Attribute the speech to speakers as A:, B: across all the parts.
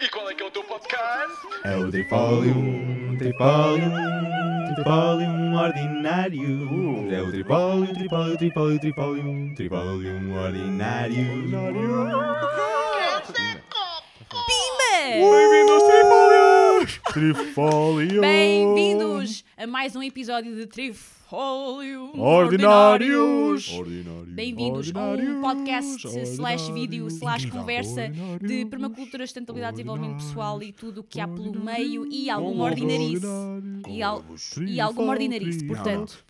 A: E qual é que é o teu podcast?
B: É o um Tripólium, Tripólium, Tripólium um Ordinário. É o Tripólio, Tripólio, Tripólio, Tripólium, Tripólium Ordinário. É. Bem-vindos, Tripólios! Tripólios!
C: Bem-vindos a mais um episódio de Trifólio
B: Ordinários!
C: Bem-vindos a um podcast slash vídeo slash conversa de permacultura, sustentabilidade, desenvolvimento pessoal e tudo o que há pelo meio e alguma ordinarice. E, al e alguma ordinarice, portanto.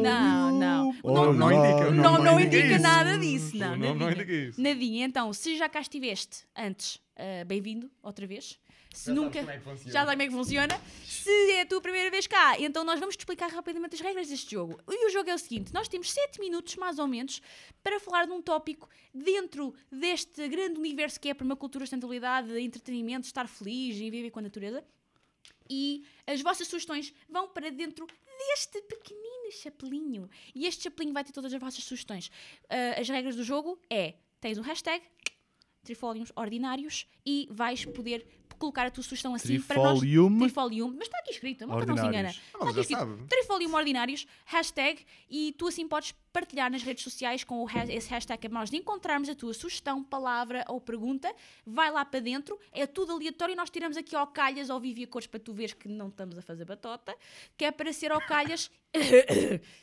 C: Não, não. O
B: Não,
C: nome-
B: não indica.
C: o
B: não,
C: nome
B: não
C: não
B: indica
C: indica
B: isso.
C: nada disso. Não,
B: nome não
C: nadinha.
B: indica isso.
C: Nadinha, então, se já cá estiveste antes, ah, bem-vindo outra vez. Se nunca. já sabe como é que funciona. Se é a tua primeira vez cá, então nós vamos te explicar rapidamente as regras deste jogo. E o jogo é o seguinte: nós temos 7 minutos, mais ou menos, para falar de um tópico dentro deste grande universo que é a permacultura, sustentabilidade, entretenimento, estar feliz e viver com a natureza. E as vossas sugestões vão para dentro deste pequenino chapelinho. E este chapelinho vai ter todas as vossas sugestões. Ah, as regras do jogo é: tens um hashtag trifólios ordinários e vais poder colocar a tua sugestão assim para
B: Trifolium
C: nós. Trifolium. Mas está aqui escrito, a malta não se engana.
B: Ordinários.
C: Está aqui escrito trifolium ordinários, hashtag, e tu assim podes partilhar nas redes sociais com o has- esse hashtag é para nós de encontrarmos a tua sugestão, palavra ou pergunta. Vai lá para dentro, é tudo aleatório e nós tiramos aqui ao calhas ou vivia cores para tu veres que não estamos a fazer batota, que é para ser ao calhas.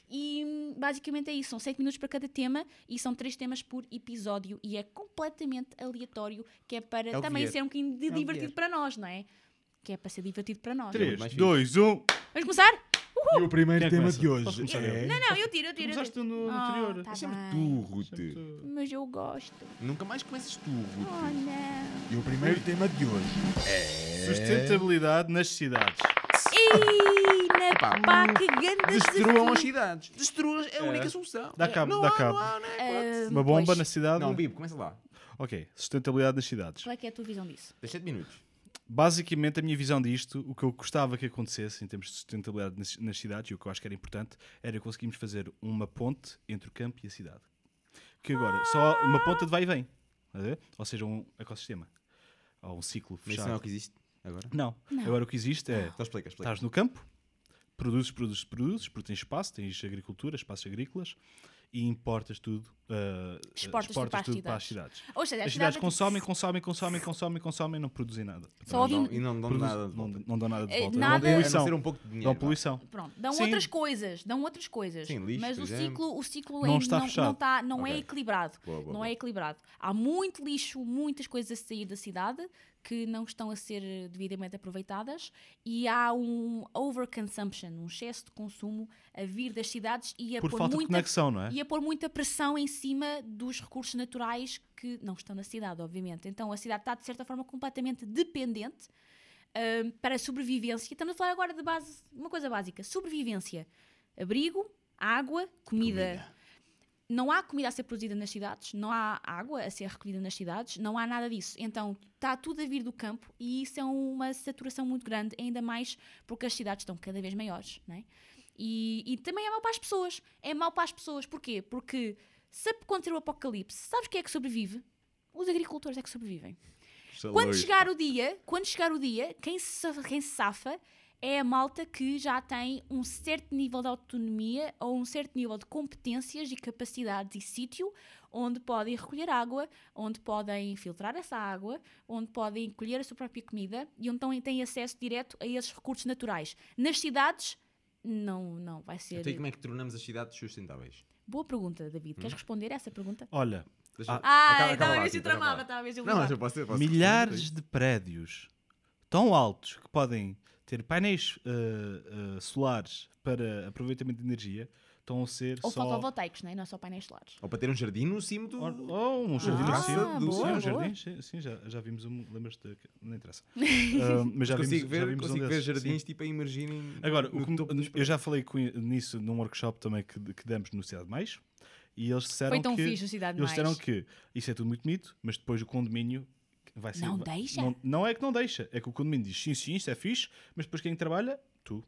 C: e hum, basicamente é isso, são 7 minutos para cada tema e são 3 temas por episódio e é completamente aleatório, que é para
B: o
C: também
B: vier.
C: ser um bocadinho de
B: o
C: divertido
B: vier.
C: para nós, não é? Que é para ser divertido para nós.
B: 3, 2, 1.
C: Vamos começar?
D: E o primeiro
B: Quem é que
D: tema
B: começa?
D: de
B: Posso
D: hoje
B: começar
D: é.
C: Não, não, eu tiro, eu tiro. Eu
B: Começaste
C: tiro.
B: tu no
C: Oh,
B: anterior.
C: tá
B: É sempre
C: bem.
B: tu,
D: Sempre
B: Ruth.
D: tu.
C: Mas eu gosto.
B: Nunca mais começas tu,
C: Oh,
B: Ruth.
C: não.
D: E o primeiro tema de hoje.
B: É.
E: Sustentabilidade nas cidades.
C: Ei, na
B: Pá.
C: pá, que grande
B: Destruam as
C: desafio.
B: cidades. Destruam é a única solução.
E: Dá cabo,
B: não
E: dá
B: há,
E: cabo.
B: Não, há, não, é hipótese.
E: Uma bomba
C: Ah, Pois.
E: na cidade.
B: não, Bibo, começa lá.
E: Ok, sustentabilidade nas cidades.
C: Qual é que é a tua visão disso?
B: Tens 7 minutos.
E: Basicamente, a minha visão disto, o que eu gostava que acontecesse em termos de sustentabilidade nas, nas cidades, e o que eu acho que era importante, era conseguirmos fazer uma ponte entre o campo e a cidade. Que agora, só uma ponta de vai e vem. Estás a ver? Ou seja, um ecossistema. Ou um ciclo
B: Mas isso não é o
E: fechado.
B: que existe agora.
E: Não. Agora o que existe é.
B: Então explica, explica.
E: Estás no campo, produzes, produzes, produzes, porque tens espaço, tens agricultura, espaços agrícolas e importas tudo, ah,
C: Exportas tudo para as
E: tudo para as cidades.
C: Ou seja,
E: As cidades consomem, consomem, consomem, consomem, consomem, não produzem nada.
C: Só
B: Não,
C: ouvimos.
B: Tá. e não dão
E: Produzem-
B: nada de
E: não,
B: volta.
E: não dão nada de
C: Eh,
E: volta. Dão
C: nada-
B: A não
E: poluição.
B: ser um pouco de dinheiro.
E: Dão
B: vá.
E: poluição.
C: Pronto, dão
E: Sim.
C: outras coisas, dão outras coisas.
B: Sim, lixo,
C: mas
B: por
C: o
B: exemplo.
C: ciclo, o ciclo
E: Não
C: é-
E: está
C: não, não,
E: fechado.
C: tá- não é
B: Ok.
C: equilibrado.
B: Boa, boa,
C: não
B: boa.
C: é equilibrado. Há muito lixo, muitas coisas a sair da cidade que não estão a ser eh, devidamente aproveitadas e há um overconsumption, um excesso de consumo a vir das cidades e a
E: Por
C: pôr
E: falta de
C: muita
E: conexão, não é?
C: e a pôr muita pressão em cima dos recursos naturais que não estão na cidade, obviamente. Então a cidade está, de certa forma, completamente dependente ahm, para a sobrevivência. Estamos a falar agora de base, uma coisa básica: sobrevivência. Abrigo, água, comida. Não há comida a ser produzida nas cidades, não há água a ser recolhida nas cidades, não há nada disso. Então está tudo a vir do campo e isso é uma saturação muito grande, ainda mais porque as cidades estão cada vez maiores, não é? E, e também é mau para as pessoas. É mau para as pessoas. Porquê? Porque se acontecer o apocalipse, sabes quem é que sobrevive? Os agricultores é que sobrevivem. Quando chegar o dia, quando chegar o dia, quem se, sa- quem se safa é a malta que já tem um certo nível de autonomia ou um certo nível de competências e capacidades e sítio onde podem recolher água, onde podem filtrar essa água, onde podem colher a sua própria comida e onde tão- têm acesso direto a esses recursos naturais. Nas cidades, não, não vai ser.
B: Então, e como é que tornamos as cidades sustentáveis?
C: Boa pergunta, David. Queres responder a essa pergunta?
E: Olha,
B: Deixa-
E: Ah,
B: acaba-
C: Ah,
B: acaba
C: estava a
B: lá,
C: ver se eu
B: Rita, acaba
C: tramava,
B: lá.
C: estava a ver se eu
B: Não, mas
C: ligava.
B: eu posso eu posso-
E: milhares de prédios tão altos que podem ter painéis ah, ah, solares para aproveitamento de energia estão a ser
C: Ou
E: só...
C: fotovoltaicos, não é? Não é só painéis solares.
B: Ou para ter um jardim no cimo do.
E: Or- Oh, um jardim
B: Ah,
E: ah, sim.
B: boa,
E: sim,
C: boa.
E: um jardim, sim, sim, já, já vimos um, lembras-te, da- não interessa. Ah, mas já
B: consigo
E: vimos, já
B: ver,
E: vimos
B: consigo
E: um
B: ver
E: desses, sim.
B: jardins tipo a emergirem.
E: Agora,
B: no
E: o que me-
B: topo dos
E: eu já falei com- nisso num workshop também que, que damos no Cidade Mais e eles disseram
C: Foi tão
E: que
C: fixe a Cidade
E: eles
C: Mais.
E: disseram que isso é tudo muito bonito, mas depois o condomínio vai ser
C: Não deixa?
E: Não, não é que não deixa, é que o condomínio diz sim, sim, isso é fixe, mas depois quem trabalha, tu.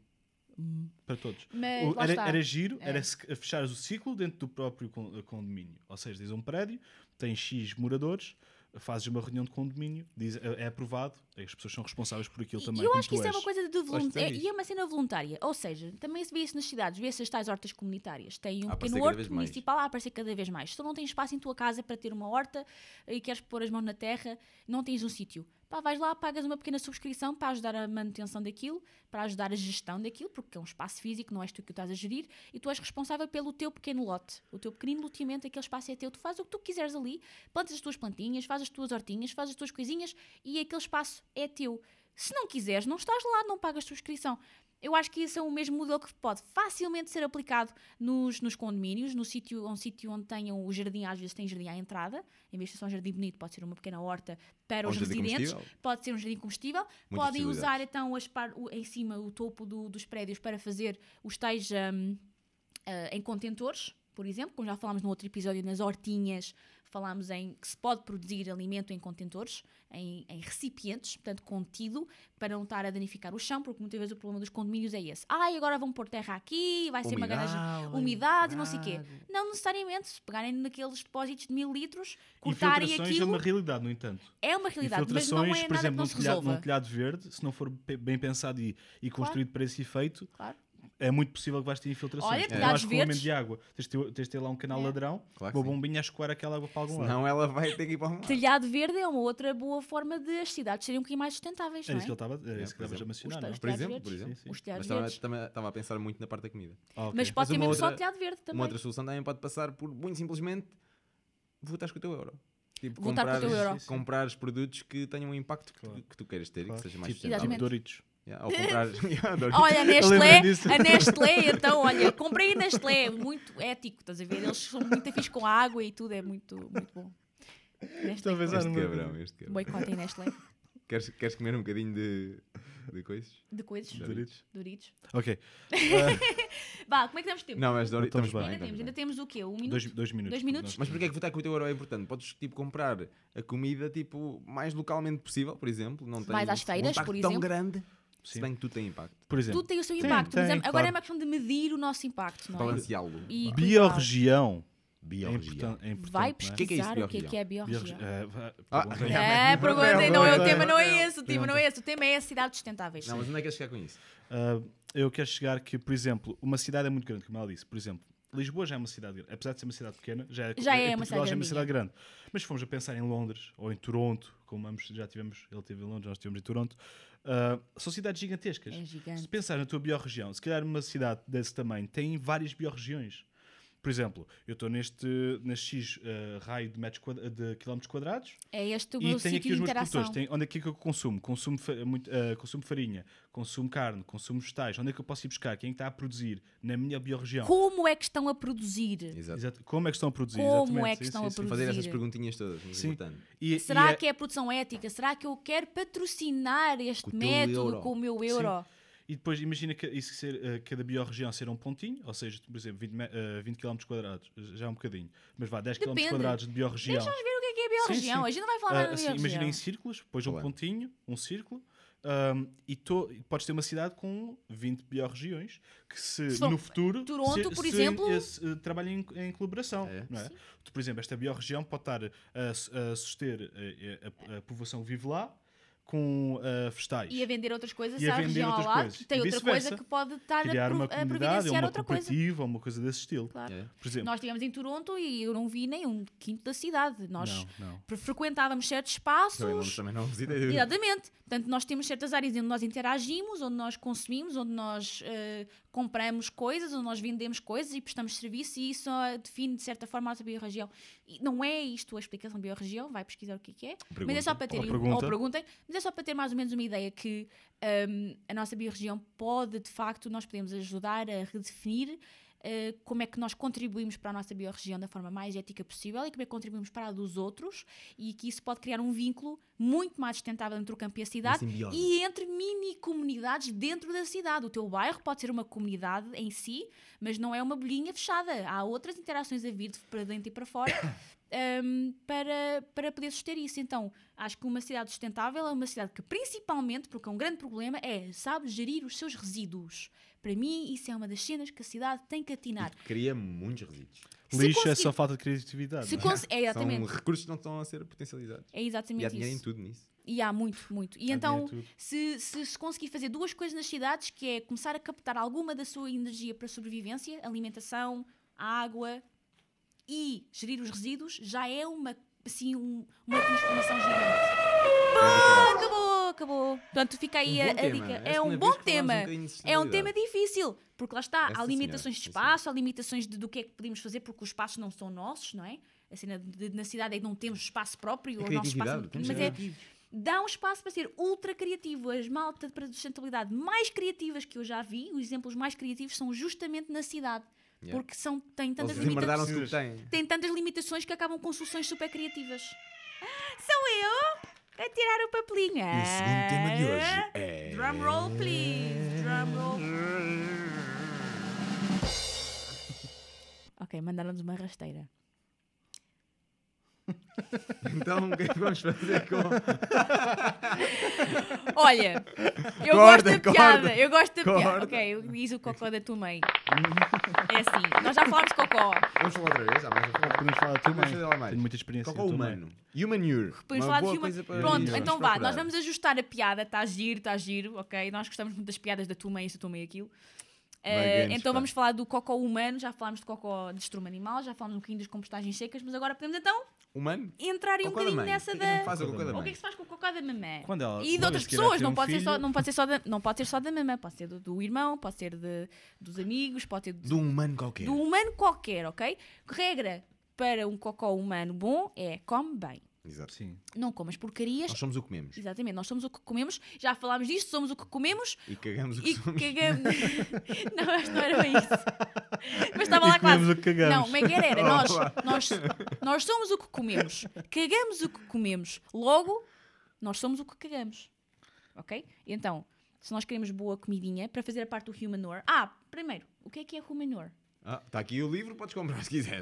C: Hum.
E: Para todos.
C: Mas
E: O-
C: É, lá
E: era,
C: está. É.
E: era giro, era se- fechares o ciclo dentro do próprio con- condomínio. Ou seja, tens um prédio, tens X moradores, fazes uma reunião de condomínio, diz, é é aprovado, as pessoas são responsáveis por aquilo
C: E
E: também.
C: eu
E: como
C: acho que
E: tu
C: isso é
E: és.
C: uma coisa de
B: dizer
C: voluntária.
B: isto.
C: E é uma cena voluntária. Ou seja, também se vê isso nas cidades, vê-se as tais hortas comunitárias. Tem um
B: A aparecer
C: pequeno
B: Ah, cada
C: horto
B: vez mais.
C: municipal a aparecer cada vez mais. Se tu não tens espaço em tua casa para ter uma horta e queres pôr as mãos na terra, não tens um sítio. Pá, vais lá, pagas uma pequena subscrição para ajudar a manutenção daquilo, para ajudar a gestão daquilo, porque é um espaço físico, não és tu que o estás a gerir, e tu és responsável pelo teu pequeno lote, o teu pequenino loteamento, aquele espaço é teu, tu fazes o que tu quiseres ali, plantas as tuas plantinhas, fazes as tuas hortinhas, fazes as tuas coisinhas, e aquele espaço é teu. Se não quiseres, não estás lá, não pagas subscrição. Eu acho que isso é o mesmo modelo que pode facilmente ser aplicado nos, nos condomínios, no sítio, um sítio onde tenham o jardim, às vezes tem jardim à entrada, em vez de ser só um jardim bonito, pode ser uma pequena horta para
B: Ou
C: os
B: um jardim
C: residentes,
B: comestível.
C: pode ser um jardim comestível,
B: Muitas
C: podem usar
B: possibilidades.
C: então as par- o- em cima o topo do- dos prédios para fazer os tais hum, ah, em contentores, por exemplo, como já falámos no outro episódio nas hortinhas, falámos em que se pode produzir alimento em contentores, em, em recipientes, portanto contido, para não estar a danificar o chão, porque muitas vezes o problema dos condomínios é esse. Ah, e agora vão pôr terra aqui, vai ser uma garagem,
B: Umidade,
C: umidade e não sei o quê.
B: umidade.
C: Não necessariamente, se pegarem naqueles depósitos de mil litros, cortarem
E: Infiltrações é
C: aquilo,
E: uma realidade, no entanto.
C: é uma realidade, mas não
E: Infiltrações,
C: é nada
E: por
C: que
E: exemplo,
C: não
E: num
C: se
E: telhado, num
C: resolva.
E: telhado verde, se não for pe- bem pensado e, e construído para esse efeito,
C: Claro.
E: é muito possível que vais ter infiltrações.
C: Olha,
E: Não vais
C: telhados
E: com um
C: verdes.
E: de água. Tens de ter, tens de ter lá um canal
C: É.
E: ladrão,
B: Claro que
E: uma
B: sim.
E: bombinha a escoar aquela água para algum lado.
B: Não, ela vai ter que ir para um lado.
C: Telhado verde é uma outra boa forma de as cidades serem um bocadinho mais sustentáveis,
E: Era
C: não
E: isso que ele estava
C: é?
E: era
B: É,
E: isso que
B: por
E: estavas a
B: exemplo.
E: mencionar.
C: Os
E: não é?
C: telhados
B: Por exemplo,
C: verdes.
B: por exemplo.
E: Sim, sim.
C: Os
B: Mas
C: telhados
B: estava,
C: verdes.
B: também- estava a pensar muito na parte da comida.
E: Ah, ok.
C: Mas pode
B: Mas
C: ter
B: uma
C: mesmo só
B: outra-
C: telhado verde também.
B: Uma outra solução também pode passar por, muito simplesmente, votares com o teu euro. Tipo,
C: Votar com o teu
B: comprares-
C: euro.
E: Sim, sim.
B: comprares produtos que tenham um impacto que,
E: Claro.
B: tu, que tu queiras ter e
E: Claro.
B: que seja mais
E: Tipo-
B: sustentável.
E: tipo
C: Exatamente.
E: Doritos.
B: Yeah, ou comprares. Yeah, adoro.
C: Olha, a Nestlé,
E: lembrei disso.
C: a Nestlé, então, olha, comprei a Nestlé, muito ético, estás a ver? Eles são muito afins com a água e tudo, é muito, muito bom. Nestlé,
E: Talvez
B: este cabrão, este cabrão.
C: boicotem Nestlé,
B: Queres, queres comer um bocadinho de, de coisas?
C: de coisas,
E: Doritos.
C: Doritos.
E: Ok,
C: Vá, como é que temos tempo?
B: Não, mas Dori-
E: Estamos
B: estamos bem.
E: bem,
C: ainda temos,
B: estamos bem.
C: ainda temos o quê? Um minuto?
E: dois, dois minutos.
C: Dois
E: porque
C: minutos?
E: nós-
B: Mas porquê é que votar com o teu euro é importante? Podes tipo, comprar a comida tipo, mais localmente possível, por exemplo. Não
C: Vais
B: tens
C: às feiras,
B: um impacto
C: por
B: tão
C: exemplo.
B: grande, se
E: Sim.
B: bem que tu tem impacto.
E: Por exemplo,
C: Tudo tem o seu
E: Tem,
C: impacto, mas
E: tem,
C: é- agora
E: claro.
C: é uma questão de medir o nosso impacto, não é?
B: Balanceá-lo.
C: E cuidar.
E: biorregião. É
B: Biologia.
E: importante. É importante
C: Vai
E: não é?
B: que é isso,
C: pesquisar o que é que é biorregião.
E: Biorregi- eh, vá-
B: Ah,
E: pergunta.
B: yeah.
C: É,
B: Realmente,
C: perguntem,
B: pergunta,
C: não é o
B: pergunta.
C: tema, não é esse, o tema
E: Pergunta.
C: não é esse, o tema é cidades sustentáveis.
B: Não, mas onde é que queres chegar com isso?
E: Ah, eu quero chegar que, por exemplo, uma cidade é muito grande, como ela disse. Por exemplo, Lisboa já é uma cidade grande. Apesar de ser uma cidade pequena, já é,
C: Já é
E: em
C: uma
E: Portugal
C: cidade
E: já é uma cidade grande. Mas se formos a pensar em Londres ou em Toronto, como ambos já tivemos, ele teve em Londres, nós tivemos em Toronto, ah, são cidades gigantescas.
C: É gigante.
E: Se pensar na tua biorregião, se calhar uma cidade desse tamanho tem várias biorregiões. Por exemplo, eu estou neste neste X ah, raio de, metros quadra- de quilómetros quadrados
C: É este o
E: e
C: meu
E: tem aqui
C: sítio
E: os
C: de
E: meus
C: interação.
E: produtores. Tem, onde é que é que eu consumo? Consumo, fa- muito, ah, consumo farinha, consumo carne, consumo vegetais. Onde é que eu posso ir buscar? Quem é que está a produzir na minha biorregião?
C: Como é que estão a produzir?
B: Exato.
E: Exato. Como é que estão a produzir?
C: Como
E: Exatamente.
C: é que
E: Sim,
C: estão
E: sim,
C: a
E: sim.
C: produzir?
B: Fazer essas perguntinhas todas, muito
E: Sim.
B: importante.
E: E-
C: Será
E: e
C: que é produção ética? Será que eu quero patrocinar este
B: Com o teu
C: método
B: euro.
C: com o meu
E: Sim.
C: euro?
E: E depois imagina que isso ser, eh, cada biorregião ser um pontinho, ou seja, por exemplo, 20, me- eh, 20 km quadrados, já é um bocadinho, mas vá, 10 km
C: Depende.
E: quadrados de biorregião.
C: Vamos ver o que é que é a
E: Sim,
C: biorregião.
E: sim.
C: A gente não vai falar
E: Ah,
C: nada da
E: assim,
C: biorregião.
E: imagina em círculos, depois um
B: Falando.
E: pontinho, um círculo, ahm, e, to- e podes ter uma cidade com 20 biorregiões que se,
C: Se for
E: no futuro
C: Toronto,
E: se-
C: por
E: se-
C: exemplo-
E: eh, se, eh, trabalhem em, em colaboração.
B: É.
E: não é? Tu, por exemplo, esta biorregião pode estar a, su- a suster eh, a, a povoação que vive lá com eh, festais.
C: E a vender outras coisas
E: E a
C: à
E: vender
C: região ao
E: outras
C: lado.
E: coisas.
C: Tem
E: E
C: outra coisa
E: vice-versa.
C: que pode estar a,
E: criar
C: pro-
E: uma
C: a
E: comunidade ou
C: providenciar
E: uma
C: outra coisa.
E: cooperativa ou uma coisa desse estilo.
C: Claro.
B: É.
E: Por exemplo,
C: Nós estivemos em Toronto e eu não vi nem um quinto da cidade. Nós
E: não, não.
C: fre- frequentávamos certos
B: Eu em Londres
C: espaços.
B: também não visitei.
C: Exatamente. Portanto, nós temos certas áreas onde nós interagimos, onde nós consumimos, onde nós eh, compramos coisas, onde nós vendemos coisas e prestamos serviço, e isso ah, define, de certa forma, a nossa biorregião. E não é isto a explicação de biorregião, vai pesquisar o que é que é. Mas é só para ter,
E: Ou pergunta.
C: ou perguntem, mas é só para ter mais ou menos uma ideia que hum, a nossa biorregião pode, de facto, nós podemos ajudar a redefinir eh, como é que nós contribuímos para a nossa biorregião da forma mais ética possível e como é que contribuímos para a dos outros e que isso pode criar um vínculo muito mais sustentável entre o campo e a cidade
B: simbiose.
C: e entre mini comunidades dentro da cidade. O teu bairro pode ser uma comunidade em si, mas não é uma bolhinha fechada. Há outras interações a vir de para dentro e para fora. ahm, para, para poder suster isso. Então, acho que uma cidade sustentável é uma cidade que, principalmente, porque é um grande problema, é sabe gerir os seus resíduos. Para mim, isso é uma das cenas que a cidade tem que atinar.
B: Tipo, Cria muitos resíduos.
C: Se
E: Lixo é
C: conseguir-
E: só falta de criatividade.
C: Se
E: não é?
C: cons- é
B: São
C: exatamente.
B: recursos que não estão a ser potencializados.
C: É
B: E há
C: exatamente
B: dinheiro em
C: isso.
B: tudo nisso.
C: E há muito, muito. E
E: Há
C: então,
E: dinheiro em tudo.
C: se, se se conseguir fazer duas coisas nas cidades, que é começar a captar alguma da sua energia para sobrevivência, alimentação, água e gerir os resíduos, já é uma, assim, um- uma transformação gigante. Acabou, acabou. Portanto, fica
B: Um
C: aí a, a dica. É um bom tema. É um tema difícil, porque lá está,
B: É,
C: há
B: sim,
C: limitações de
B: senhora, sim,
C: espaço, há limitações de, do que é que podemos fazer, porque os espaços não são nossos, não é? A cena de- de- na cidade é que não temos espaço próprio,
B: É
C: o nosso espaço é
B: criatividade.
C: muito
B: temos
C: pequeno, mas é,
B: criatividade.
C: dá um espaço para ser ultra criativo. As malta para sustentabilidade mais criativas que eu já vi, os exemplos mais criativos são justamente na cidade,
B: Yeah.
C: porque são, têm, tantas
B: Eles
C: limita
B: demerdaram-se do que têm.
C: têm tantas limitações que acabam com soluções super criativas. Sou eu a tirar o papelinho. Ah,
D: E o segundo tema de hoje é.
C: Drum roll, please. Drum roll. Ok, mandaram-nos uma rasteira.
B: Então, o que é que vamos fazer com.
C: Olha, eu
B: Corta,
C: gosto da
B: corta,
C: piada. Eu gosto da piada.
B: corta.
C: Ok, eu diz o cocó da tua mãe. É assim, nós já falámos de cocó.
B: Vamos falar outra vez? Há mais a falar.
E: Podemos falar tu,
B: Vamos
E: mãe.
B: fazer lá mais.
E: Tenho muita experiência.
B: Cocó
E: tu, mãe.
B: humano. Humanure.
C: Podemos
B: Uma
C: falar de
B: boa
C: human-
B: coisa para-
C: Pronto,
B: Vamos
C: então vá,
B: procurar.
C: nós vamos ajustar a piada. Está giro, está giro, ok? Nós gostamos muito das piadas da tua mãe, isso da tua mãe e aquilo. Eh,
B: Gangues,
C: então
B: pá.
C: vamos falar do cocó humano, já falámos de cocó de estrume animal, já falámos um bocadinho das compostagens secas, mas agora podemos então
B: Humano?
C: entrar em um
B: Cocó da
C: bocadinho
B: mãe.
C: nessa
B: O que é que a gente
C: da.
B: faz com o cocó da
C: O que é
B: mãe?
C: que se faz com o cocó da mamã?
E: Quando ela-
C: e de
E: uma
C: outras
E: vez que irá
C: pessoas,
E: ter
C: não,
E: um
C: pode ser só,
E: filho-
C: não pode ser só da, não pode ser só da mamã, pode ser do, do irmão, pode ser de, dos amigos, pode ser do,
B: De um humano qualquer.
C: do humano qualquer, ok? Regra para um cocó humano bom é come bem.
B: Exato.
E: Sim.
C: Não comas porcarias.
B: Nós somos o que comemos.
C: Exatamente, nós somos o que comemos, já falámos disto, somos o que comemos
B: E cagamos o que
C: e
B: somos.
C: cagamos. não, acho que não era bem isso. Mas estava
E: E
C: lá quase.
E: comemos o que cagamos.
C: Não, como é que era? Era Nós, nós, nós somos o que comemos, cagamos o que comemos, logo, nós somos o que cagamos. Ok? Então, se nós queremos boa comidinha para fazer a parte do humanure. Ah, primeiro, o que é que é humanure?
B: Está Ah, tá aqui o livro, podes comprar se quiser.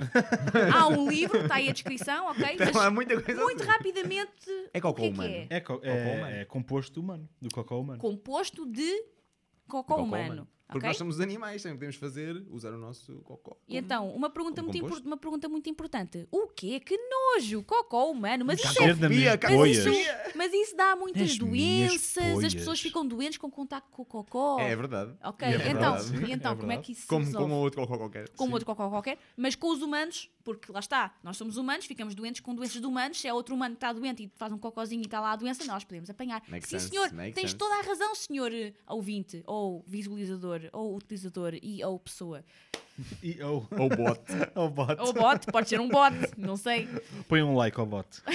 C: Há um livro, está aí a descrição, ok?
B: Tem lá
C: Mas
B: muita coisa
C: muito
B: assim.
C: rapidamente,
B: É
C: o que
B: cocô
C: é
B: humano.
C: que é?
E: É, co-
B: Cocó humano.
E: é, é composto humano, do cocó humano.
C: Composto de cocó
B: Cocó
C: humano.
B: Porque
C: ok?
B: nós somos animais, também podemos fazer, usar o nosso cocó.
C: E então, uma pergunta,
B: como
C: muito impor-
B: composto?
C: uma pergunta muito importante. O quê? Que nojo! Cocó humano! Mas isso, é,
E: Comer na mesma
B: Cacofobia,
C: mas, isso,
E: poias.
C: mas isso dá muitas
E: Nas minhas
C: doenças, as
E: poias.
C: pessoas ficam doentes com contacto com o cocó.
B: É verdade.
C: ok,
E: É
C: então,
E: verdade, sim,
C: e então
E: é
C: como é
E: verdade.
C: que isso se
B: Como,
C: resolve?
B: como outro cocó qualquer.
C: com outro cocó qualquer, mas com os humanos, porque lá está, nós somos humanos, ficamos doentes com doenças de humanos, se é outro humano que está doente e faz um cocózinho e está lá a doença, nós podemos apanhar.
B: Make
C: Sim,
B: sense,
C: senhor,
B: make
C: tens
B: sense.
C: toda a razão, senhor eh, ouvinte, ou visualizador, ou utilizador e ou pessoa.
E: E- Ou
B: Ou bot.
E: ou bot.
C: Ou bot, pode ser um bot, não sei.
E: é Põe um like ao bot.
B: Ah,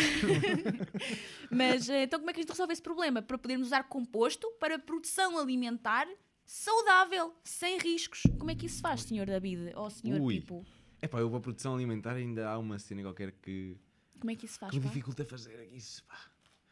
C: Mas eh, então como é que a gente resolve esse problema? Para podermos usar composto para produção alimentar saudável, sem riscos. Como é que isso se faz, senhor David? Ou senhor
B: Ui.
C: Pipo?
B: É pá, eu vou à produção alimentar ainda há uma cena qualquer que,
C: Como é que isso se faz?
B: que me
C: pá?
B: dificulta fazer aqui. isso, pá.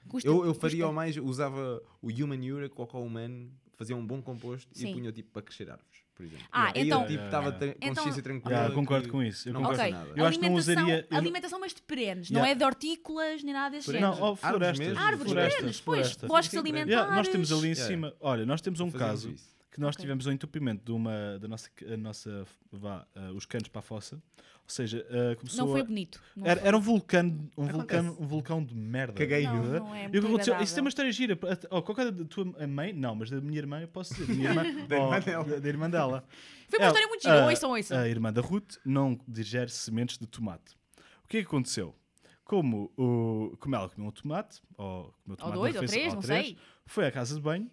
C: Custa-
B: Eu, eu faria
C: custa?
B: ao mais, usava o human ura, cocó humano, fazia um bom composto
C: Sim.
B: e punha tipo para crescer árvores, por exemplo.
C: Ah,
B: Aí
C: então-
B: eu tipo
E: Yeah,
B: estava
E: yeah,
B: a ter consciência
C: Então-
B: tranquila.
E: Yeah, eu concordo
B: que
E: com isso. Eu
B: não
E: concordo.
C: Ok,
B: gosto
E: nada.
B: nada.
E: Eu acho que não
C: alimentação-
E: usaria- eu-
C: Alimentação, mas de perenes, não
E: Yeah.
C: é de hortícolas nem nada desse
B: Perenes.
C: género.
E: Não, ou
B: Árvores
E: florestas.
B: mesmo?
C: Árvores,
E: florestas,
C: perenes, pois,
E: florestas.
C: bosques
B: Sim, sim,
C: alimentares.
B: perenes.
E: Yeah, nós temos ali em
B: Yeah.
E: cima. Olha, nós temos um
B: Fazíamos
E: caso
B: isso.
E: que nós
C: Ok.
E: tivemos um entupimento de uma, da nossa, a nossa vá, ah, os canos para a fossa. Ou seja, ah, começou
C: Não foi
E: a-
C: bonito. não
E: Era,
C: foi.
E: era um vulcano, um vulcano,
B: Acontece.
E: um vulcão de merda.
B: Caguei.
C: Não,
B: Ajuda.
C: não
E: né?
C: é
E: E o que
C: muito
E: aconteceu? Isso tem uma
C: agradável.
E: história gira. Oh, qualquer da tua mãe, não, mas da minha irmã eu posso dizer. Da, minha irmã,
B: Da
E: oh,
B: irmã dela.
E: da- da irmã dela.
C: Foi uma
E: Ela-
C: história muito gira,
E: É, a-
C: ouçam, ouçam.
E: A irmã da Ruth não digere sementes de tomate. O que é que aconteceu? Como, o, como ela comeu um tomate, ou, comeu tomate na
C: dois, ou
E: refeição,
C: três, não sei.
E: foi à casa de banho,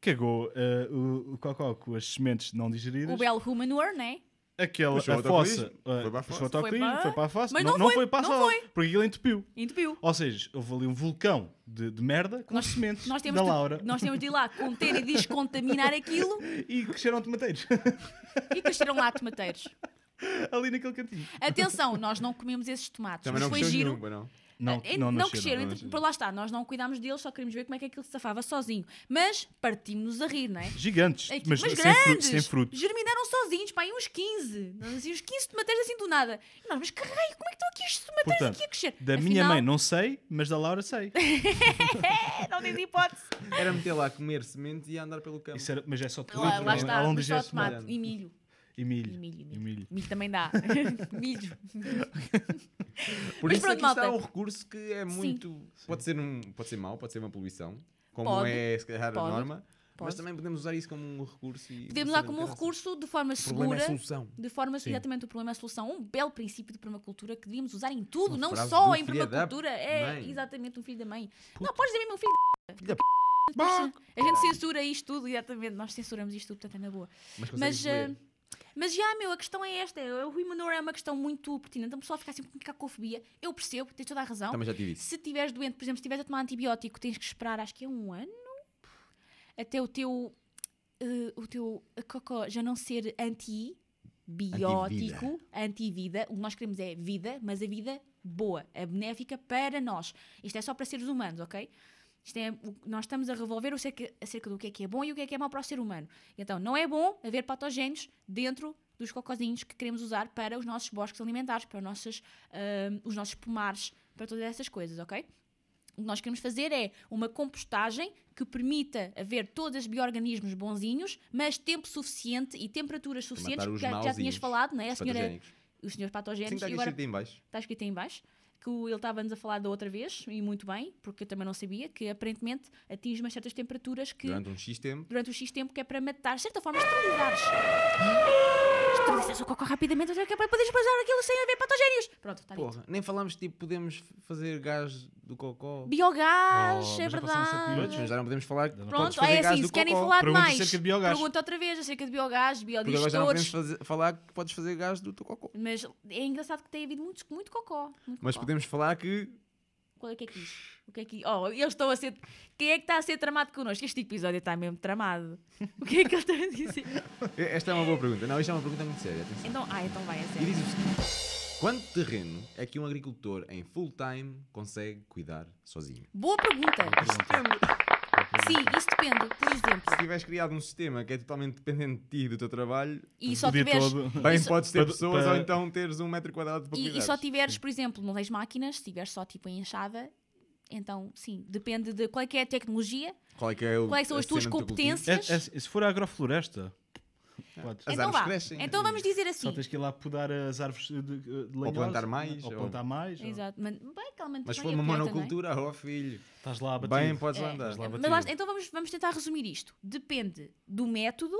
E: cagou eh, o, o cocó com as sementes não digeridas,
C: O belo humanure, não é?
E: aquela
B: Puxou
E: a
B: o
E: fossa,
B: autocolismo,
E: eh,
B: foi para
E: puxou
B: a fossa.
E: o autocolismo,
C: Foi para-
E: foi para a fossa,
C: Mas
E: não,
C: não
E: não
C: foi,
E: foi para a
C: não
E: sala,
C: foi.
E: porque aquilo entupiu.
C: Entupiu.
E: Ou seja, houve ali um vulcão de, de merda com
C: Nós-
E: sementes
C: Nós temos,
E: da
C: de,
E: Laura
C: nós temos de ir lá conter e descontaminar aquilo
E: e cresceram tomateiros
C: e cresceram lá tomateiros.
E: ali naquele cantinho.
C: Atenção, nós não comemos esses tomates.
B: Também
C: mas
B: não
C: foi
B: cresceu
C: giro.
B: nenhuma, não.
E: Não,
C: Eh,
E: não,
C: não,
E: nasceram,
C: cresceram,
E: não
C: entre-
E: nasceram.
C: por lá está, nós não cuidámos deles, só queríamos ver como é que aquilo se safava sozinho. Mas partimos-nos a rir, não é?
E: Gigantes,
C: Aqui-
E: mas,
C: mas
E: sem
C: grandes,
E: fruto, sem fruto.
C: germinaram sozinhos, pá, aí uns 15, Nós, assim, uns 15 tomateiros assim do nada. E nós, mas caralho, como é que estão aqui estes tomateiros
E: Portanto,
C: aqui a crescer?
E: Da minha mãe não sei, mas da Laura sei.
C: mãe. é, Não tens hipótese.
B: Era meter lá a comer semente e a andar pelo campo.
E: Isso era- mas é só tomate.
C: lá,
E: não
C: lá
E: é?
C: está,
E: Ao longo
C: mas
E: do
C: só
E: gesso,
C: tomate
B: molhado.
C: e milho.
E: E
C: E
E: milho.
C: milho, e
E: E
C: milho.
E: milho.
C: Milho também dá. milho.
B: Por
C: Mas
B: isso
C: pronto,
B: aqui está
C: malta.
B: um recurso que é muito. Pode, ser um, pode ser mau, pode ser uma poluição, como
C: Pode,
B: é se calhar
C: pode,
B: a norma, mas
C: pode.
B: também podemos usar isso como um recurso. E
C: Podemos
B: usar
C: usar como um recurso de forma
B: O problema
C: segura.
B: é a solução.
C: de forma
E: Sim.
C: exatamente o problema é a solução. Um belo princípio de permacultura que devíamos usar em tudo,
B: Uma
C: não
B: frase
C: só
B: do
C: em
B: filho da
C: permacultura. É
B: mãe.
C: exatamente um filho da mãe.
B: Puta.
C: Não, podes dizer mesmo um filho
B: Filha
C: da Depois A gente censura isto tudo, exatamente. Nós censuramos isto tudo, portanto é na boa. Mas,
B: Mas, consegues
C: ah,
B: ler.
C: mas já, meu, a questão é esta. é, O Humanor é uma questão muito pertinente. Então o pessoal fica assim com cacofobia. Eu percebo, tens toda a razão.
B: Também já tive isso.
C: Se estiveres doente, por exemplo, se estiveres a tomar antibiótico, tens que esperar, acho que é um ano, até o teu, eh, o teu cocó já não ser antibiótico, antivida. O que nós queremos é vida, mas a vida boa, a benéfica para nós. Isto é só para seres humanos, ok? Isto é, o- nós estamos a revolver o cerca- acerca do que é que é bom e o que é que é mau para o ser humano. Então, não é bom haver patogénios dentro dos cocozinhos que queremos usar para os nossos bosques alimentares, para os nossos, ahm, os nossos pomares, para todas essas coisas, ok? O que nós queremos fazer é uma compostagem que permita haver todos os bioorganismos bonzinhos, mas tempo suficiente e temperaturas suficientes,
B: os
C: que já, já tinhas
B: mauzinhos,
C: falado, não é? A
B: Os
C: senhora,
B: patogénicos.
C: os senhores
B: Sim,
C: patogénicos.
B: está
C: e
B: aqui
C: agora-
B: escrito aí em baixo.
C: está escrito aí em baixo, que o- ele estava-nos a falar da outra vez, e muito bem, porque eu também não sabia, que aparentemente atinge umas certas temperaturas que, durante,
B: Durante um X tempo.
C: o X tempo, que é para matar, de certa forma, esterilizares. Esterilizares o cocó rapidamente, que é para poderes passar aquilo sem haver patogénios. Pronto, está dito.
B: Porra, nem falámos tipo, podemos fazer gás do cocó.
C: Biogás,
E: Oh,
C: é
E: mas já passaram sete
B: Mas
E: minutos,
C: verdade.
B: já não podemos falar. podes
C: Pronto,
B: fazer
C: é
B: gás
C: assim,
B: do
C: se querem
B: cocó.
C: falar de
E: Pergunta
C: mais,
E: acerca de biogás.
C: pergunta outra vez acerca de biogás,
B: Porque agora já não podemos
C: biodigestores.
B: fazer- falar que podes fazer gás do teu cocó.
C: Mas é engraçado que tem havido muito, muito cocó. Muito
B: Mas
C: cocó.
B: podemos falar que
C: Qual é que é que diz? O que é que... Oh, eles estão a ser... Quem é que está a ser tramado connosco? Este episódio está mesmo tramado. O que é que eles estão a dizer?
B: Esta é uma boa pergunta. Não, isto é uma pergunta muito séria. atenção.
C: Então, ah, então vai, é
B: E
C: sério.
B: diz o seguinte: quanto terreno é que um agricultor em full time consegue cuidar sozinho?
C: Boa pergunta. é Sim, isso depende. Por
B: Se
C: exemplo,
B: tiveres criado um sistema que é totalmente dependente de ti e do teu trabalho,
C: e só
E: O dia
C: tiveres...
E: todo.
B: bem
C: Isso-
B: podes ter
E: Para-
B: pessoas
E: para-
B: ou então teres um metro quadrado para
C: E,
B: cuidar.
C: e só tiveres, por exemplo, não tens máquinas, se tiveres só tipo em enxada, então sim, depende de qual é que é a tecnologia,
B: Qual é que é o-
C: quais são
B: a
C: as tuas
B: cena do teu
E: É-
C: competências.
E: é- se for a agrofloresta, podes.
B: As
C: então
B: árvores
C: vá.
B: crescem.
C: Então vamos dizer assim.
E: Só tens que ir lá podar as árvores de, de lenhosa,
B: plantar
E: né?
B: mais,
E: Ou
B: ou-
E: plantar mais. ou-
C: Exato. Mas, bem, calma,
B: cultivo? Mas se for
C: também aperta, não
B: uma
C: é?
B: monocultura, ó filho,
E: Estás lá a bater.
B: bem podes lá
C: É,
B: andar.
E: Mas lá
C: mas
E: batido.
C: lá- então vamos, vamos tentar resumir isto. Depende do método,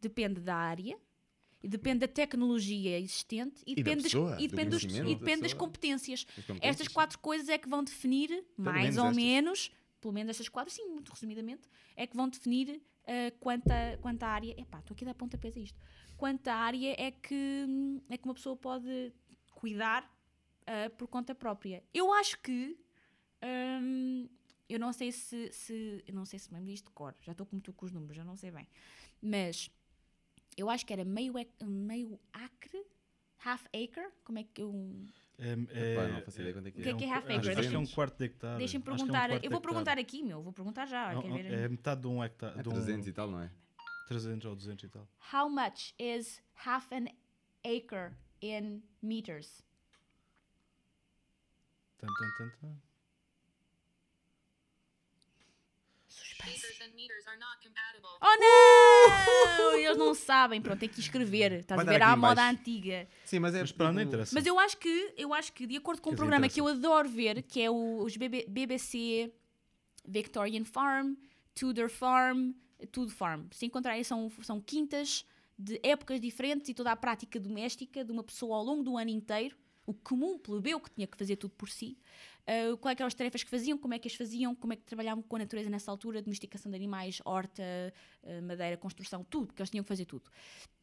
C: depende da área, e depende da tecnologia existente e,
D: da
C: depende, das-
D: pessoa,
C: e
D: do
C: depende, dos- e
B: conhecimento da
C: depende das
B: pessoa.
C: competências.
B: Mas como
C: Estas
B: tens?
C: quatro coisas é que vão definir, mais
B: menos
C: ou
B: estas.
C: menos, pelo menos estas quatro, sim, muito resumidamente, é que vão definir ah, quanta, quanta área. Epá, estou aqui a dar pontapés a isto. Quanta área é que, hum, é que uma pessoa pode cuidar ah, por conta própria. Eu acho que. hum, eu não sei se, se. Eu não sei se me lembro disto de cor. Já estou como tu com os números, já não sei bem. Mas. Eu acho que era meio, ec- meio acre, half acre, como é que eu.
E: É,
B: Epá, não faço ideia quanto é que
C: O que é que é
E: um-
C: half
E: acho-
C: acre?
E: Acho que é um quarto de hectare.
C: Deixem-me
E: Acho que é um
C: perguntar.
E: quarto de
C: eu vou
E: hectare.
C: perguntar aqui, meu. Vou perguntar já.
E: Não,
C: quer
E: não,
C: ver?
E: É metade de um hectare.
B: É
E: de um-
B: 300 e tal, não é?
E: 300 ou 200 e tal.
C: How much is half an acre in meters?
E: Tan, tan, tan, tan.
C: Suspense.
F: Acres and meters are not compatible.
E: Uh!
C: Oh não! Eles não sabem. Pronto, tem que escrever. Estás
B: Vai
C: a
B: dar
C: ver?
B: aqui
C: Há a
B: em
C: moda
B: baixo.
C: antiga.
B: Sim, mas é.
E: Mas para não
B: tipo,
E: interessa.
C: Mas eu acho que, eu acho que de acordo com um
E: Quer dizer,
C: programa que eu adoro ver, que é o, os BB BBC Victorian Farm, Tudor Farm, tudo farm. Se encontrarem, são, são quintas de épocas diferentes e toda a prática doméstica de uma pessoa ao longo do ano inteiro, o comum plebeu que tinha que fazer tudo por si, ah, quais eram as tarefas que faziam, como é que as faziam, como é que trabalhavam com a natureza nessa altura, domesticação de animais, horta, ah, madeira, construção, tudo, que eles tinham que fazer tudo.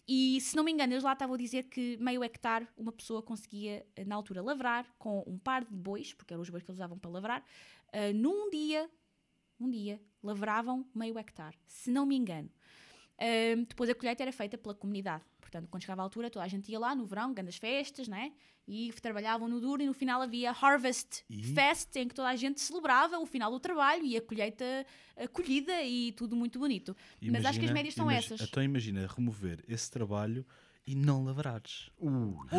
C: E se não me engano, eles lá estavam a dizer que meio hectare uma pessoa conseguia, eh, na altura, lavrar com um par de bois, porque eram os bois que eles usavam para lavrar, eh, ah, num dia, um dia, lavravam meio hectare, se não me engano. Ahm, depois a colheita era feita pela comunidade. Portanto, quando chegava a altura, toda a gente ia lá no verão, grandes festas, né? E trabalhavam no duro e no final havia Harvest Fest, em que toda a gente celebrava o final do trabalho e a colheita eh, colhida e tudo muito bonito. Mas acho que as
E: Imagina-
C: médias são
E: imagi-
C: essas.
E: Então imagina remover esse trabalho e não lavrares.
C: Ui.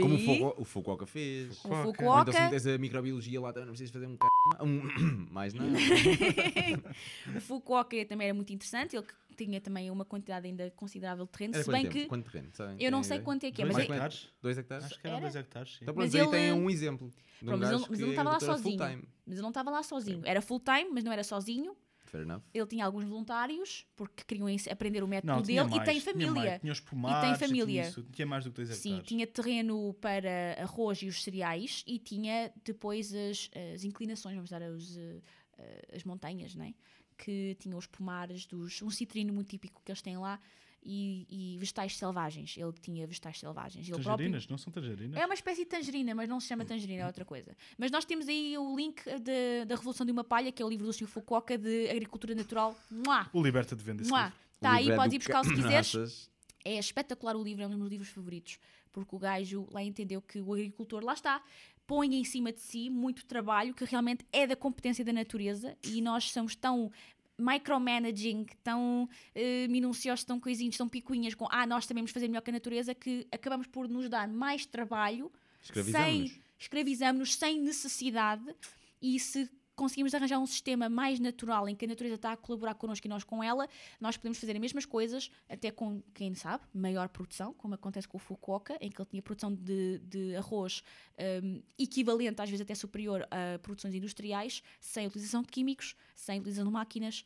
B: Como o Fuku- o Fukuoka fez.
C: O
B: Ou então se
C: Fukuoka,
B: metes a microbiologia lá também não precisas fazer um c... um mais nada.
C: o Fukuoka também era muito interessante, ele que tinha também uma quantidade ainda considerável de terreno,
B: Era
C: se bem
B: quanto, tempo?
C: que
B: quanto terreno? Sabem?
C: eu não
B: Tem
C: sei
B: ideia?
C: quanto é que é,
E: Dois
C: mas
B: Mais
C: é,
B: ou menos Dois hectares?
E: Acho que eram
C: Era?
E: 2 hectares. Sim.
B: Então,
C: Mas
B: pronto, aí
C: ele-
B: tem um exemplo. de um
C: Pronto, mas
B: gajo
C: ele- mas ele não
B: que é
C: estava lá
B: doutor
C: sozinho.
B: full-time.
C: mas ele não estava lá sozinho. Era full time, mas não era sozinho.
B: Fair enough.
C: Ele tinha alguns voluntários porque queriam ens- aprender o método
E: Não, tinha
C: dele e
E: mais,
C: tem
E: tinha mais,
C: família.
E: Tinha os pomares, e tinha
C: família.
E: isso, Tinha mais do que 2 hectares.
C: Sim, tinha terreno para arroz e os cereais e tinha depois as, as inclinações, vamos dar os, eh, eh, as montanhas, né? que tinham os pomares dos. um citrino muito típico que eles têm lá e, e vegetais selvagens. Ele tinha vegetais selvagens. Ele próprio-
E: Tangerinas, não são tangerinas?
C: É uma espécie de tangerina, mas não se chama tangerina, é outra coisa. Mas nós temos aí o link de- da Revolução de uma Palha, que é o livro do Sr. Fukuoka de Agricultura Natural. Mua!
E: O Liberta de Venda, esse
C: Mua!
E: livro.
C: Está
B: O livro
C: aí,
B: é
C: podes
B: do
C: Tá, ir buscar se quiseres.
B: caraças.
C: É espetacular o livro, é um dos meus livros favoritos, porque o gajo lá entendeu que o agricultor, lá está, põe em cima de si muito trabalho que realmente é da competência da natureza e nós somos tão micromanaging, tão eh, minuciosos, tão coisinhos, tão picuinhas com ah, nós sabemos fazer melhor que a natureza, que acabamos por nos dar mais trabalho
B: Escravizamos-nos.
C: sem escravizamos sem necessidade e se conseguimos arranjar um sistema mais natural em que a natureza está a colaborar connosco e nós com ela, nós podemos fazer as mesmas coisas, até com, quem sabe, maior produção, como acontece com o Fukuoka, em que ele tinha produção de, de arroz hum, equivalente, às vezes até superior a produções industriais, sem utilização de químicos, sem utilização de máquinas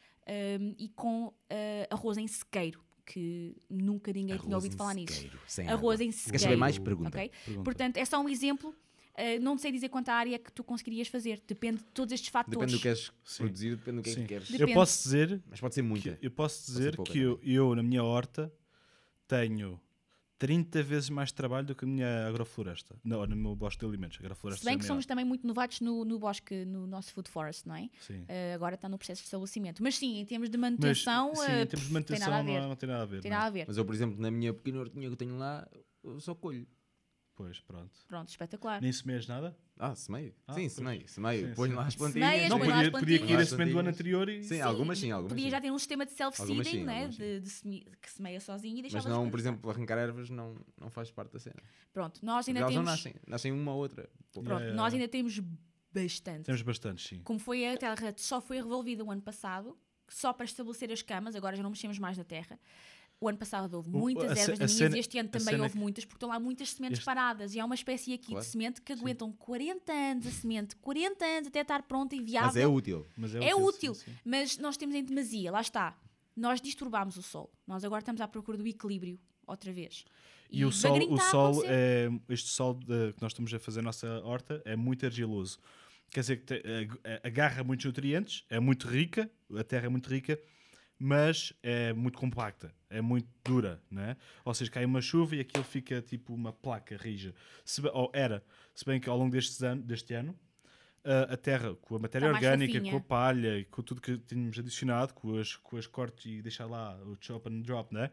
C: hum, e com eh, arroz em sequeiro, que nunca ninguém tinha ouvido falar nisso. Arroz em sequeiro.
B: Quer saber mais? Pergunta.
C: Ok?
E: Pergunta.
C: Portanto, é só um exemplo. Uh, não sei dizer quanta área que tu conseguirias fazer. Depende de todos estes
B: Depende
C: fatores.
B: do que é queres
E: Sim.
B: produzir, depende do que é que
E: Sim.
B: queres.
C: Depende.
E: Eu posso dizer
B: Mas pode ser muita.
E: que, eu posso
B: ser
E: dizer
B: pouca
E: que eu, eu, na minha horta, tenho 30 vezes mais trabalho do que a minha agrofloresta. Não, no meu bosque de alimentos. Agrofloresta
C: Se bem
E: é
C: que
E: maior.
C: somos também muito novatos no, no bosque, no nosso food forest, não é?
E: Sim.
C: Uh, agora está no processo de estabelecimento. Mas sim, em termos de manutenção,
E: Mas, sim,
C: uh,
E: em termos de
C: pff, tem
E: manutenção
C: nada a
E: não,
C: ver.
E: há- não tem nada a ver.
C: Tem
E: não. é?
C: nada a ver.
B: Mas eu, por exemplo, na minha pequena hortinha que eu tenho lá, eu só colho.
E: Pois, pronto.
C: Pronto, espetacular.
E: Nem semeias nada?
B: Ah, semeio.
E: Ah,
B: sim,
E: pois.
B: semeio. Semeio.
E: Sim,
B: Põe
E: sim.
B: lá as plantinhas.
C: Semeias,
E: não,
C: põe lá as
E: podia, podia que ir a
B: plantinhas.
E: semente do ano anterior e...
B: Sim, algumas sim, algumas
C: Podia
B: sim.
C: já ter um sistema de
B: Algumas sim,
C: self-seeding, né?
B: algumas sim.
C: de, de seme- que semeia sozinho e
B: Mas
C: deixava as
B: não, por
C: coisas lá.
B: exemplo, arrancar ervas não, não faz parte da cena.
C: Pronto, nós
B: Porque
C: ainda
B: elas não
C: temos.
B: nascem. É. Nascem uma ou outra. Pô,
C: Pronto,
E: Yeah,
C: nós
E: yeah,
C: ainda temos bastante.
E: é, Temos bastante, sim.
C: Como foi a terra que só foi revolvida o ano passado, só para estabelecer as camas, agora já não mexemos mais na terra. O ano passado houve
E: O-
C: muitas
E: a ce-
C: ervas
E: a
C: daninhas
E: cena-
C: e este ano
E: a
C: também
E: cena
C: houve
E: que-
C: muitas, porque estão lá muitas sementes
E: Este-
C: paradas e há uma espécie aqui
B: Claro,
C: de semente que aguentam 40 anos a semente, 40 anos até estar pronta e viável.
B: Mas é útil.
E: Mas
C: É útil,
E: sim, sim.
C: mas nós temos em demasia, lá está. Nós disturbámos o sol. Nós agora estamos à procura do equilíbrio, outra vez.
E: E o sol,
C: devagarinho
E: o
C: está a
E: sol
C: acontecer.
E: é, este sol de- que nós estamos a fazer na nossa horta é muito argiloso. Quer dizer que te- eh, ag- agarra muitos nutrientes, é muito rica, a terra é muito rica, mas é muito compacta, é muito dura, não é? Ou seja, cai uma chuva e aquilo fica tipo uma placa rija. Se be- ou era, se bem que ao longo destes ano, deste ano, ah, a, a terra com a matéria
C: Tá mais
E: orgânica,
C: fofinha.
E: com a palha e com tudo que tínhamos adicionado, com as, com as cortes e deixar lá o chop and drop, né?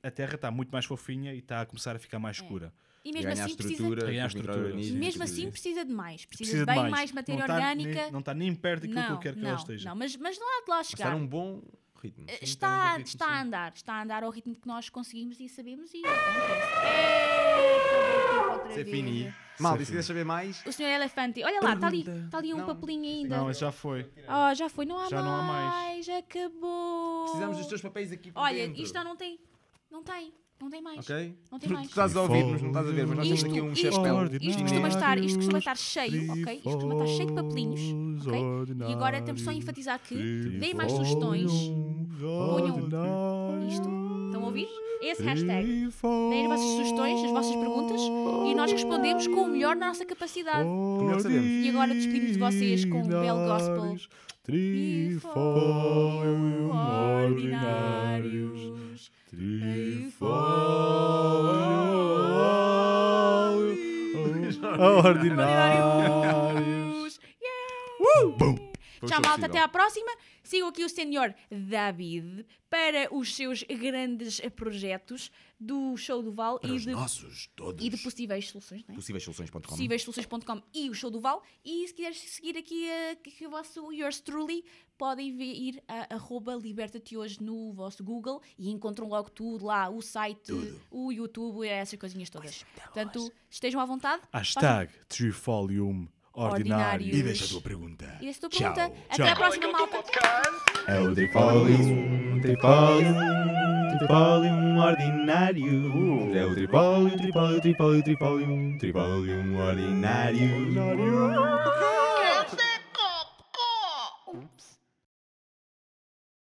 E: A terra está muito mais fofinha e está a começar a ficar mais
C: É.
E: escura.
C: E
B: E
C: mesmo
B: ganha a
C: assim precisa,
B: estrutura.
E: Ganha a
B: os
E: estrutura.
C: e
B: micro-organismos,
C: mesmo
B: tudo
C: assim
B: isso.
C: precisa de mais. Precisa,
E: Precisa
C: de bem
E: de mais.
C: mais matéria
E: não tá
C: orgânica.
E: Nem, não está nem perto daquilo que eu quero que
C: não,
E: ela esteja. um
C: Não, mas, mas lá de lá
B: Mas está
C: chegar.
B: num bom ritmo. Assim,
C: Eh,
E: Sim,
C: Está,
E: está um bom ritmo,
C: está a
E: sim.
C: andar, está a andar ao ritmo que nós conseguimos e sabemos e então é acontece.
E: é
B: Ser fininho. Malta, e se quiseres saber mais,
C: O senhor Elefante, olha lá, está ali,
B: Pergunta.
C: está ali um
B: Não,
C: papelinho ainda.
E: Não, mas já foi.
C: Oh, já foi, não há
E: Já
C: mais.
E: não há mais.
C: acabou.
B: precisamos dos teus papéis aqui por
C: Olha,
B: dentro.
C: isto não tem, não tem, não tem mais.
B: Ok?
C: Não tem
B: Tu-
C: mais.
B: Tu estás a ouvir-nos, não estás a ver, mas nós temos
C: Isto,
B: aqui um
C: isto,
B: chapéu.
C: isto costuma estar, isto costuma estar cheio, ok? Isto costuma estar cheio de papelinhos, ok? E agora temos só a enfatizar que deem mais sugestões.
E: Ponham
C: Isto. Estão a ouvir? Esse hashtag. Deem as vossas sugestões, as vossas perguntas e nós respondemos com o melhor da nossa capacidade.
E: Como
B: nós sabemos.
C: E agora despedimos de vocês com um belo gospel.
D: um
E: Trifolium ordinários.
C: Ordinários.
E: Trifolium ordinários.
D: Uh!
C: Ordinários. Yeah! Tchau, malta. malta, até à próxima. Sigam aqui o senhor David para os seus grandes projetos do Show do Val
D: Para
C: e
D: os
C: de,
D: nossos todos.
C: e de possíveis soluções, não é?
B: Possíveissoluções.com
C: possíveissoluções.com e o show do Val. E se quiseres seguir aqui eh, que, que o vosso Yours Truly, podem vi- ir a arroba liberta-te hoje no vosso Google e encontram logo tudo lá, o site, o YouTube, essas coisinhas todas. Portanto, estejam à vontade.
E: Hashtag Trifolium Ordinário.
C: Ordinário.
D: E deixa a tua pergunta.
C: E essa é a tua
D: Tchau.
C: pergunta. Até
E: Tchau.
C: à próxima,
A: do
C: malta.
A: podcast.
G: É o Tripólium, Tripólium, Tripólium ordinário. É o Tripólio, Tripólio, Tripólio, Tripólium, Tripólium ordinário.